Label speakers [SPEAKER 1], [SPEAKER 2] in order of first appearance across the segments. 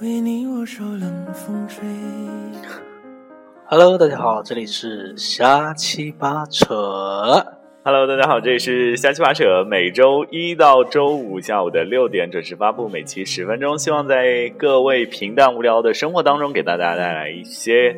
[SPEAKER 1] 为你我受冷风吹。
[SPEAKER 2] Hello，大家好，这里是瞎七八扯。
[SPEAKER 3] Hello，大家好，这里是瞎七八扯，每周一到周五下午的六点准时发布，每期十分钟，希望在各位平淡无聊的生活当中，给大家带来一些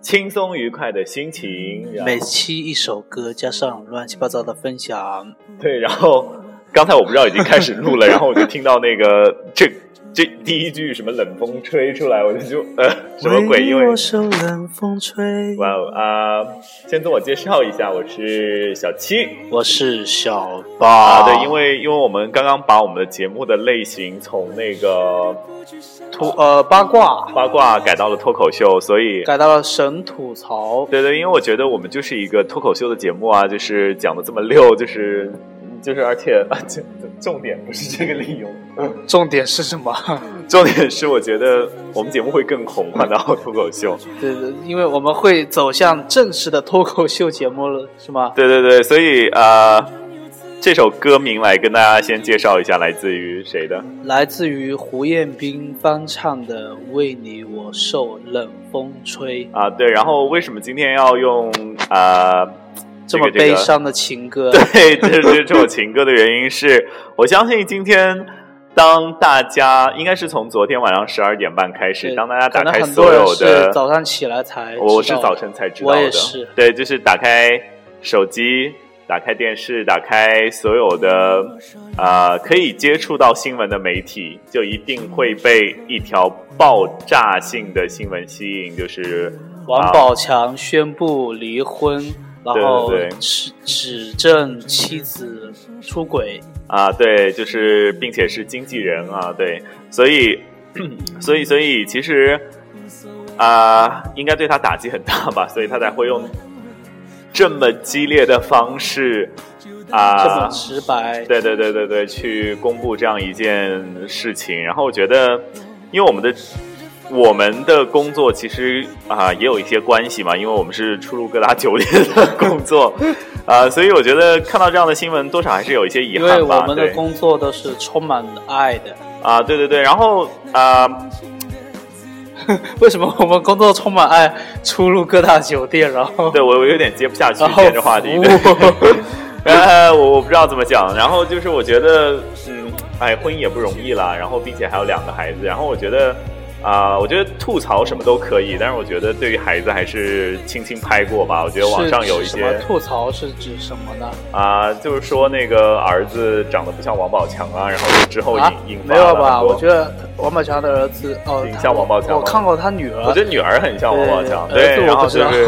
[SPEAKER 3] 轻松愉快的心情。然后
[SPEAKER 2] 每期一首歌，加上乱七八糟的分享，
[SPEAKER 3] 对，然后刚才我不知道已经开始录了，然后我就听到那个这这第一句什么冷风吹出来，我就就 呃什么鬼？因
[SPEAKER 2] 为
[SPEAKER 3] 为
[SPEAKER 2] 你我受冷风吹。
[SPEAKER 3] 哇哦啊、先自我介绍一下，我是小七。
[SPEAKER 2] 我是小
[SPEAKER 3] 啊，
[SPEAKER 2] 八，
[SPEAKER 3] 对，因为因为我们刚刚把我们的节目的类型从那个
[SPEAKER 2] 吐呃八卦
[SPEAKER 3] 八卦改到了脱口秀，所以
[SPEAKER 2] 改到了神吐槽。
[SPEAKER 3] 对对，因为我觉得我们就是一个脱口秀的节目啊，就是讲的这么溜，就是嗯就是，而且 而且重点不是这个理由，
[SPEAKER 2] 重点是什么？
[SPEAKER 3] 重点是我觉得我们节目会更红换到脱口秀。
[SPEAKER 2] 对对，因为我们会走向正式的脱口秀节目了，是吗？
[SPEAKER 3] 对对对，所以啊、呃这首歌名来跟大家先介绍一下，来自于谁的？
[SPEAKER 2] 来自于胡彦斌翻唱的《为你我受冷风吹》
[SPEAKER 3] 啊，对，然后为什么今天要用啊、呃
[SPEAKER 2] 这
[SPEAKER 3] 这
[SPEAKER 2] 么
[SPEAKER 3] 个
[SPEAKER 2] 悲伤的情歌。
[SPEAKER 3] 对，这是这首情歌的原因是，我相信今天当大家应该是从昨天晚上十二点半开始，
[SPEAKER 2] 对
[SPEAKER 3] 当大家
[SPEAKER 2] 可
[SPEAKER 3] 打
[SPEAKER 2] 能
[SPEAKER 3] 开
[SPEAKER 2] 很多
[SPEAKER 3] 所
[SPEAKER 2] 人
[SPEAKER 3] 有
[SPEAKER 2] 是
[SPEAKER 3] 的，
[SPEAKER 2] 早上起来才知道的，
[SPEAKER 3] 我是早晨才知道
[SPEAKER 2] 我
[SPEAKER 3] 的，
[SPEAKER 2] 也是
[SPEAKER 3] 对，就是打开手机，打开电视，打开所有的呃可以接触到新闻的媒体，就一定会被一条爆炸性的新闻吸引，就是
[SPEAKER 2] 王宝强宣布离婚，然后
[SPEAKER 3] 啊对对对
[SPEAKER 2] 指指证妻子出轨，
[SPEAKER 3] 啊，对，就是并且是经纪人啊，对，所以， 所以，所以其实啊、应该对他打击很大吧，所以他才会用这么激烈的方式
[SPEAKER 2] 这么
[SPEAKER 3] 啊，
[SPEAKER 2] 直白。
[SPEAKER 3] 对对对对对，去公布这样一件事情。然后我觉得，因为我们的我们的工作其实啊、也有一些关系嘛，因为我们是出入各大酒店的工 作啊、所以我觉得看到这样的新闻，多少还是有一些遗
[SPEAKER 2] 因
[SPEAKER 3] 憾吧。
[SPEAKER 2] 为我们的
[SPEAKER 3] 对
[SPEAKER 2] 工作都是充满爱的，
[SPEAKER 3] 啊，对对对，然后啊、
[SPEAKER 2] 为什么我们工作充满爱，出入各大酒店，然后
[SPEAKER 3] 对我我有点接不下去
[SPEAKER 2] 然后
[SPEAKER 3] 接着话
[SPEAKER 2] 哦
[SPEAKER 3] 题，对，
[SPEAKER 2] 服务
[SPEAKER 3] 呃，我我不知道怎么讲，然后就是我觉得，嗯，哎，婚姻也不容易啦，然后并且还有两个孩子，然后我觉得。啊、我觉得吐槽什么都可以，但是我觉得对于孩子还是轻轻拍过吧。我觉得网上有一
[SPEAKER 2] 是指什么
[SPEAKER 3] 些
[SPEAKER 2] 吐槽是指什么呢？
[SPEAKER 3] 啊、就是说那个儿子长得不像王宝强啊，然后之后引、
[SPEAKER 2] 啊
[SPEAKER 3] 引，发
[SPEAKER 2] 没有
[SPEAKER 3] 了
[SPEAKER 2] 吧？
[SPEAKER 3] 很多
[SPEAKER 2] 我觉得王宝强的儿子哦，
[SPEAKER 3] 挺
[SPEAKER 2] 他
[SPEAKER 3] 像王宝强吗
[SPEAKER 2] 我看过他女儿，
[SPEAKER 3] 我觉得女儿很像王宝强，
[SPEAKER 2] 对儿子
[SPEAKER 3] 对，
[SPEAKER 2] 我
[SPEAKER 3] 然
[SPEAKER 2] 不
[SPEAKER 3] 后
[SPEAKER 2] 知
[SPEAKER 3] 就
[SPEAKER 2] 道
[SPEAKER 3] 是，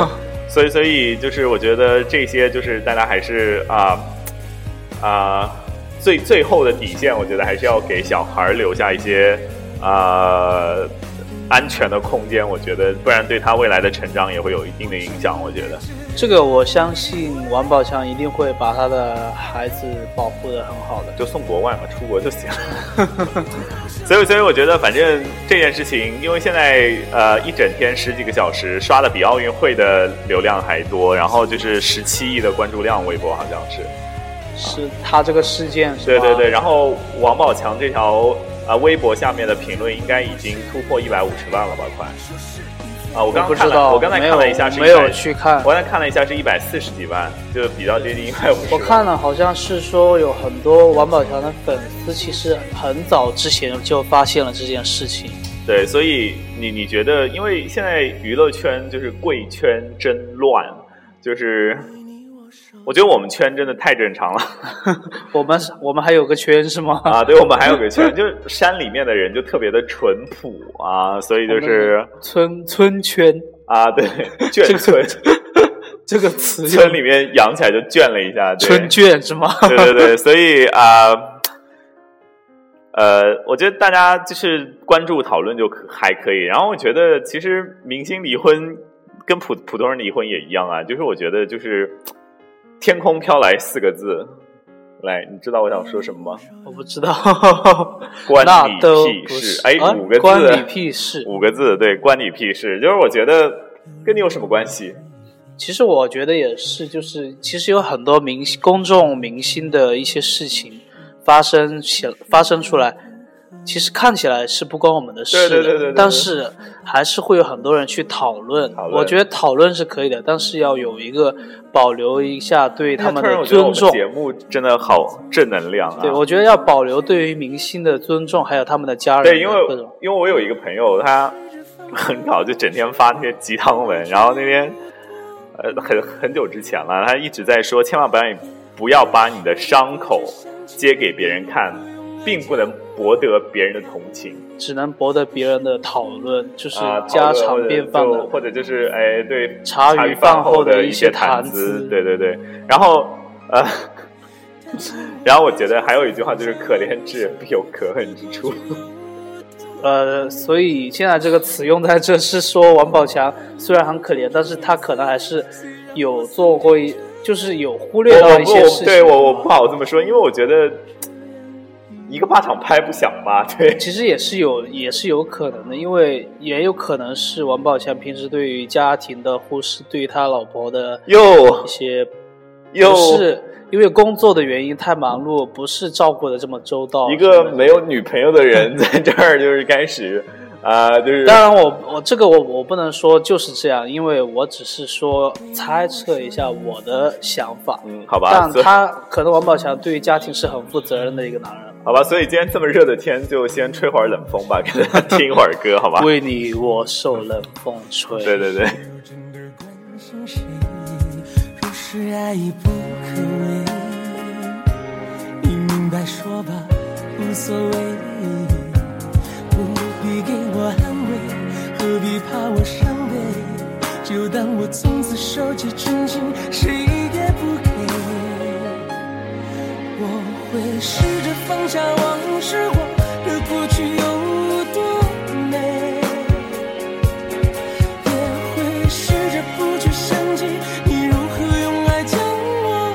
[SPEAKER 3] 所以所以就是我觉得这些就是大家还是啊啊、最最后的底线，我觉得还是要给小孩儿留下一些啊、安全的空间，我觉得不然对他未来的成长也会有一定的影响，我觉得。
[SPEAKER 2] 这个我相信王宝强一定会把他的孩子保护的很好的。
[SPEAKER 3] 就送国外嘛，出国就行。 所以，所以我觉得，反正这件事情，因为现在呃一整天十几个小时刷的比奥运会的流量还多，然后就是十七亿的关注量，微博好像是。
[SPEAKER 2] 是他这个事件是
[SPEAKER 3] 对
[SPEAKER 2] 吧？
[SPEAKER 3] 对对，然后王宝强这条啊、呃微博下面的评论应该已经突破一百五十万了吧，快。啊，我
[SPEAKER 2] 我
[SPEAKER 3] 刚
[SPEAKER 2] 不
[SPEAKER 3] 看
[SPEAKER 2] 知
[SPEAKER 3] 了，
[SPEAKER 2] 道，
[SPEAKER 3] 我刚才
[SPEAKER 2] 没
[SPEAKER 3] 看
[SPEAKER 2] 有
[SPEAKER 3] 了一下是
[SPEAKER 2] 没有
[SPEAKER 3] 100
[SPEAKER 2] 去看。
[SPEAKER 3] 我刚才看了一下是一百四十几万，就比较接近一百五十。
[SPEAKER 2] 我看了，好像是说有很多王宝强的粉丝，其实很早之前就发现了这件事情。
[SPEAKER 3] 对，所以你你觉得，因为现在娱乐圈就是贵圈真乱，就是我觉得我们圈真的太正常了
[SPEAKER 2] 我们我们还有个圈是吗？
[SPEAKER 3] 啊！对我们还有个圈，就是山里面的人就特别的淳朴啊，所以就是
[SPEAKER 2] 村村圈
[SPEAKER 3] 啊，对，眷 村
[SPEAKER 2] 这个词就
[SPEAKER 3] 村里面养起来就圈了一下，对
[SPEAKER 2] 村圈是吗？
[SPEAKER 3] 对对对，所以啊、呃，我觉得大家就是关注讨论就可还可以。然后我觉得其实明星离婚跟普普通人离婚也一样啊，就是我觉得就是天空飘来四个字，来，你知道我想说什么吗？
[SPEAKER 2] 我不知道，
[SPEAKER 3] 关
[SPEAKER 2] 那
[SPEAKER 3] 你
[SPEAKER 2] 都
[SPEAKER 3] 屁
[SPEAKER 2] 不
[SPEAKER 3] 事！
[SPEAKER 2] 是。
[SPEAKER 3] 哎，
[SPEAKER 2] 啊
[SPEAKER 3] 五个字，
[SPEAKER 2] 关你屁事！
[SPEAKER 3] 五个字，对，关你屁事！就是我觉得跟你有什么关系？
[SPEAKER 2] 其实我觉得也是，就是其实有很多明星、公众明星的一些事情发生起发生出来，其实看起来是不关我们的事
[SPEAKER 3] 对
[SPEAKER 2] 的，
[SPEAKER 3] 对对对对对
[SPEAKER 2] 但是还是会有很多人去讨论。
[SPEAKER 3] 讨论
[SPEAKER 2] 我觉得讨论是可以的，但是要有一个保留一下对他们
[SPEAKER 3] 突然
[SPEAKER 2] 的
[SPEAKER 3] 我觉得
[SPEAKER 2] 尊
[SPEAKER 3] 我
[SPEAKER 2] 重
[SPEAKER 3] 们。节目真的好正能量啊！
[SPEAKER 2] 对，我觉得要保留对于明星的尊重，还有他们的家人
[SPEAKER 3] 对，因
[SPEAKER 2] 的
[SPEAKER 3] 为
[SPEAKER 2] 各种。
[SPEAKER 3] 因为我有一个朋友，他很搞，就整天发那些鸡汤文，然后那天呃很很久之前了，他一直在说，千万不要你不要把你的伤口揭给别人看，并不能博得别人的同情
[SPEAKER 2] 只能博得别人的讨论，就是
[SPEAKER 3] 啊，
[SPEAKER 2] 家
[SPEAKER 3] 讨
[SPEAKER 2] 常
[SPEAKER 3] 论
[SPEAKER 2] 便
[SPEAKER 3] 或
[SPEAKER 2] 饭
[SPEAKER 3] 者
[SPEAKER 2] 的
[SPEAKER 3] 就或者就是哎对
[SPEAKER 2] 茶余
[SPEAKER 3] 余
[SPEAKER 2] 饭
[SPEAKER 3] 后
[SPEAKER 2] 后的
[SPEAKER 3] 一
[SPEAKER 2] 一些
[SPEAKER 3] 谈
[SPEAKER 2] 谈
[SPEAKER 3] 资
[SPEAKER 2] 资，
[SPEAKER 3] 对对对，然后呃。 然后我觉得还有一句话就是“可怜之人必有可恨之处
[SPEAKER 2] 呃，所以现在这个词用在这是说王宝强虽然很可怜，但是他可能还是有做过一，就是有忽” 略
[SPEAKER 3] 我
[SPEAKER 2] 到一
[SPEAKER 3] 我不
[SPEAKER 2] 些事
[SPEAKER 3] 我
[SPEAKER 2] 情。
[SPEAKER 3] 对我我不好这么说，因为我觉得一个巴掌拍不响吧，对
[SPEAKER 2] 其实也是有也是有可能的，因为也有可能是王宝强平时对于家庭的忽视，对于他老婆的
[SPEAKER 3] 又
[SPEAKER 2] 一些
[SPEAKER 3] 又
[SPEAKER 2] 不是因为工作的原因太忙碌，不是照顾的这么周到。
[SPEAKER 3] 一个没有女朋友的人在这儿就是开始啊、就是
[SPEAKER 2] 当然我，我这个我我不能说就是这样，因为我只是说猜测一下我的想法。
[SPEAKER 3] 嗯，好吧，
[SPEAKER 2] 但
[SPEAKER 3] 所以
[SPEAKER 2] 他可能王宝强对于家庭是很负责任的一个男人。
[SPEAKER 3] 好吧，所以今天这么热的天，就先吹会儿冷风吧，给大家听一会儿 歌，好吧？
[SPEAKER 2] 为你我受冷风吹。
[SPEAKER 3] 啊对对对，
[SPEAKER 1] 有真的关上心，若是爱已不可为，你明白说吧，无所谓，不必给我安慰，何必怕我伤悲？就当我从此收起真心，谁也不给。我会试着放下往事，我的过去有多美，也会试着不去想起你如何用爱将我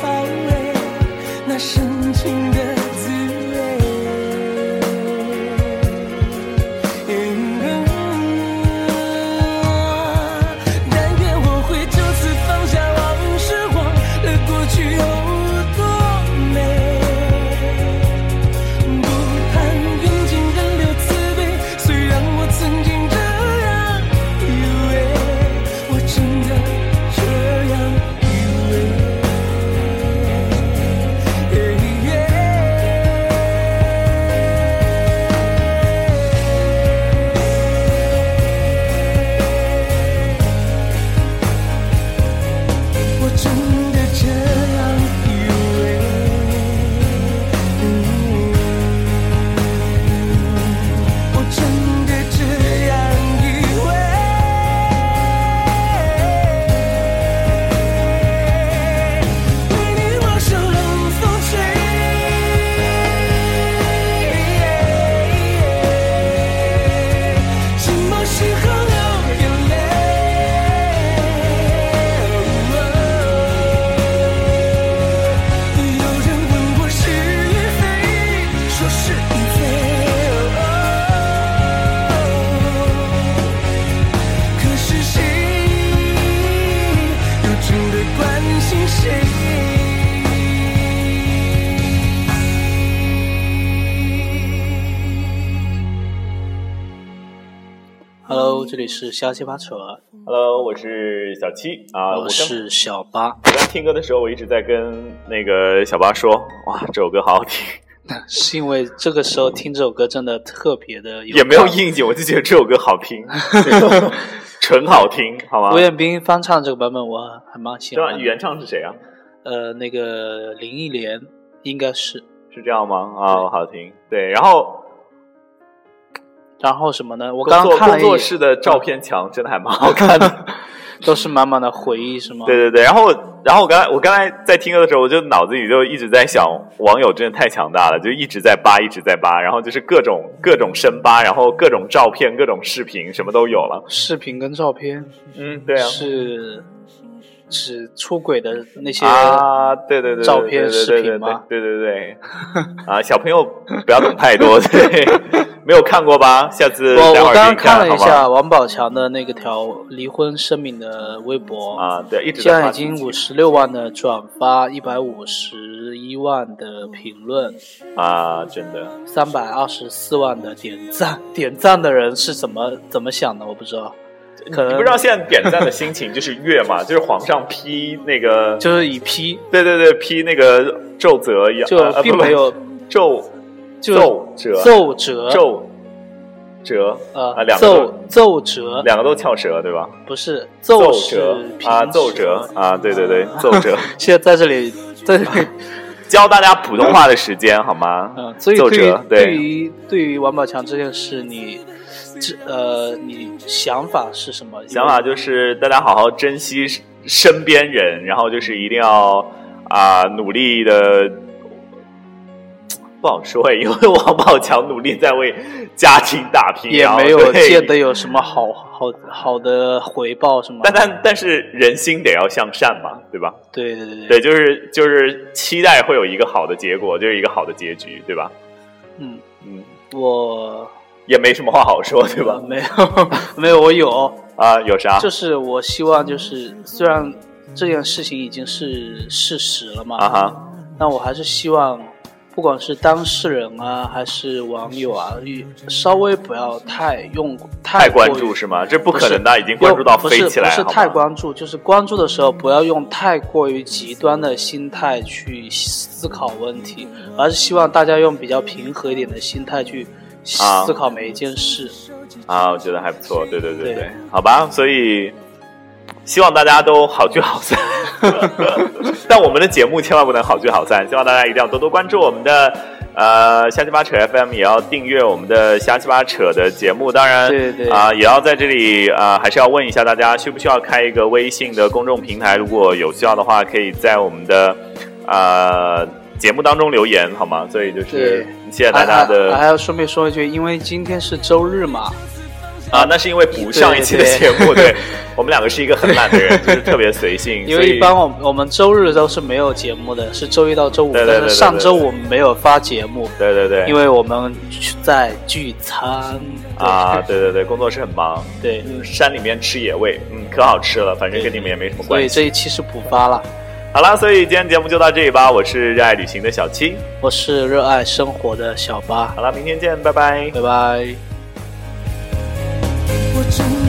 [SPEAKER 1] 包围，那深情的滋味。但愿我会就此放下往事，忘了过去有多美，不盼用尽人流慈悲。虽然我曾经这样以为，我真的这样以为。我真的这样以为。我真的这样以为。为你我受冷风吹。什么时候流眼泪？有人问我是与非，说是与非。可是谁又真的关心谁？
[SPEAKER 2] Hello，这里是瞎七八扯，
[SPEAKER 3] ，Hello，我是小七啊，我
[SPEAKER 2] 我
[SPEAKER 3] 刚
[SPEAKER 2] 是小八，
[SPEAKER 3] 我刚听歌的时候，我一直在跟那个小八说，哇，这首歌好好听，
[SPEAKER 2] 是因为这个时候听这首歌真的特别的有
[SPEAKER 3] 也没有
[SPEAKER 2] 感
[SPEAKER 3] 应景，我就觉得这首歌 好听，纯好听，好吗
[SPEAKER 2] 吴？彦斌翻唱这个版本我还蛮喜
[SPEAKER 3] 啊对吧？
[SPEAKER 2] 欢的，
[SPEAKER 3] 原唱是谁啊？
[SPEAKER 2] 呃，那个林忆莲应该是，
[SPEAKER 3] 是这样吗？啊、好听。对，然后
[SPEAKER 2] 然后什么呢？我
[SPEAKER 3] 工
[SPEAKER 2] 刚
[SPEAKER 3] 作
[SPEAKER 2] 刚看了
[SPEAKER 3] 工
[SPEAKER 2] 一
[SPEAKER 3] 作
[SPEAKER 2] 眼，
[SPEAKER 3] 室的照片墙真的还蛮好 看的。
[SPEAKER 2] 都是满满的回忆，是吗？
[SPEAKER 3] 对对对，然后我然后我刚才我刚才在听歌的时候，我就脑子里就一直在想，网友真的太强大了，就一直在扒，一直在扒，然后就是各种各种深扒，然后各种照片、各种视频，什么都有了。啊
[SPEAKER 2] 视频跟照片
[SPEAKER 3] 嗯，对啊，
[SPEAKER 2] 是指出轨的那些
[SPEAKER 3] 啊，对对对，
[SPEAKER 2] 照片
[SPEAKER 3] 对
[SPEAKER 2] 视
[SPEAKER 3] 对对
[SPEAKER 2] 频吗
[SPEAKER 3] 对对对对，啊，小朋友不要懂太多， 对，没有看过吧？下次
[SPEAKER 2] 我
[SPEAKER 3] 待会
[SPEAKER 2] 我
[SPEAKER 3] 儿
[SPEAKER 2] 刚刚
[SPEAKER 3] 给你看
[SPEAKER 2] 看了一
[SPEAKER 3] 好不好
[SPEAKER 2] 下王宝强的那个条离婚声明的微博，
[SPEAKER 3] 啊，对，一直
[SPEAKER 2] 现
[SPEAKER 3] 在
[SPEAKER 2] 在
[SPEAKER 3] 发
[SPEAKER 2] 已经
[SPEAKER 3] 信息
[SPEAKER 2] 五十六万的转发，一百五十一万的评论，
[SPEAKER 3] 啊，真的
[SPEAKER 2] 三百二十四万的点赞。点赞的人是怎么怎么想的？我不知道，可
[SPEAKER 3] 你
[SPEAKER 2] 能
[SPEAKER 3] 不知道现在点赞的心情就是悦嘛，就是皇上批那个，
[SPEAKER 2] 就是以批，
[SPEAKER 3] 对对对，批那个奏折一样，
[SPEAKER 2] 就
[SPEAKER 3] 呃呃
[SPEAKER 2] 并
[SPEAKER 3] 不不
[SPEAKER 2] 没有
[SPEAKER 3] 奏
[SPEAKER 2] 就
[SPEAKER 3] 奏折
[SPEAKER 2] 奏折
[SPEAKER 3] 奏折啊，
[SPEAKER 2] 呃
[SPEAKER 3] 两个
[SPEAKER 2] 奏
[SPEAKER 3] 都
[SPEAKER 2] 奏折
[SPEAKER 3] 两个都翘舌对吧？
[SPEAKER 2] 不是
[SPEAKER 3] 奏
[SPEAKER 2] 奏
[SPEAKER 3] 折
[SPEAKER 2] 是平
[SPEAKER 3] 啊，
[SPEAKER 2] 时
[SPEAKER 3] 奏折啊，对对 对，奏折。
[SPEAKER 2] 现在在这里在这 里
[SPEAKER 3] 教大家普通话的时间好吗？
[SPEAKER 2] 嗯，所以
[SPEAKER 3] 奏
[SPEAKER 2] 对于
[SPEAKER 3] 折
[SPEAKER 2] 对
[SPEAKER 3] 对，
[SPEAKER 2] 于对于王宝强这件事，你这呃你想法是什么？
[SPEAKER 3] 想法就是大家好好珍惜身边人，然后就是一定要啊、努力的。不好说哎，因为王宝强努力在为家庭打拼，
[SPEAKER 2] 也
[SPEAKER 3] 然后
[SPEAKER 2] 没有
[SPEAKER 3] 对
[SPEAKER 2] 见得有什么好好好的回报是吗？
[SPEAKER 3] 但但但是人心得要向善嘛，对吧？
[SPEAKER 2] 对对对
[SPEAKER 3] 对，，就是就是期待会有一个好的结果，就是一个好的结局，对吧？
[SPEAKER 2] 嗯，
[SPEAKER 3] 嗯，
[SPEAKER 2] 我呃
[SPEAKER 3] 也没什么话好说，对吧？
[SPEAKER 2] 没有 没有，我有，
[SPEAKER 3] 啊，有啥？
[SPEAKER 2] 就是我希望就是虽然这件事情已经是事实了嘛，
[SPEAKER 3] 啊哈，
[SPEAKER 2] 但我还是希望，不管是当事人啊，还是网友啊，稍微不要太用
[SPEAKER 3] 太
[SPEAKER 2] 太过于
[SPEAKER 3] 关注是吗？这不
[SPEAKER 2] 不
[SPEAKER 3] 可
[SPEAKER 2] 是
[SPEAKER 3] 能的，已经关注到飞起来
[SPEAKER 2] 不是
[SPEAKER 3] 了，
[SPEAKER 2] 不是太
[SPEAKER 3] 好吗？
[SPEAKER 2] 关注，就是关注的时候不要用太过于极端的心态去思考问题，而是希望大家用比较平和一点的心态去
[SPEAKER 3] 啊
[SPEAKER 2] 思考每一件事。
[SPEAKER 3] 啊，我觉得还不错，对对对
[SPEAKER 2] 对，
[SPEAKER 3] 好吧，所以希望大家都好聚好散。 但我们的节目千万不能好聚好散，希望大家一定要多多关注我们的呃瞎七八扯 FM，也要订阅我们的瞎七八扯的节目。当然，
[SPEAKER 2] 对对
[SPEAKER 3] 啊、也要在这里啊、还是要问一下大家，需不需要开一个微信的公众平台？如果有需要的话，可以在我们的呃节目当中留言，好吗？所以就是
[SPEAKER 2] 对
[SPEAKER 3] 谢谢大家的
[SPEAKER 2] 还还还要顺便说一句，因为今天是周日嘛，
[SPEAKER 3] 啊，那是因为补上一期的节目，对我们两个是一个很懒的人， 就是特别随性，
[SPEAKER 2] 因
[SPEAKER 3] 所
[SPEAKER 2] 为
[SPEAKER 3] 以
[SPEAKER 2] 一般我们我们周日都是没有节目的，是周一到周五，
[SPEAKER 3] 对对对
[SPEAKER 2] 但
[SPEAKER 3] 对
[SPEAKER 2] 是
[SPEAKER 3] 对
[SPEAKER 2] 上周五没有发节目，
[SPEAKER 3] 对对对，
[SPEAKER 2] 因为我们在聚餐
[SPEAKER 3] 啊，对对对，工作室很忙，
[SPEAKER 2] 对，对
[SPEAKER 3] 山里面吃野味，嗯，可好吃了，反正跟你们也没什么
[SPEAKER 2] 所以
[SPEAKER 3] 关系。
[SPEAKER 2] 这一期是补发了。
[SPEAKER 3] 好啦，所以今天节目就到这里吧，我是热爱旅行的小七，
[SPEAKER 2] 我是热爱生活的小八，
[SPEAKER 3] 好啦，明天见，拜拜。
[SPEAKER 2] 拜拜。
[SPEAKER 1] 我真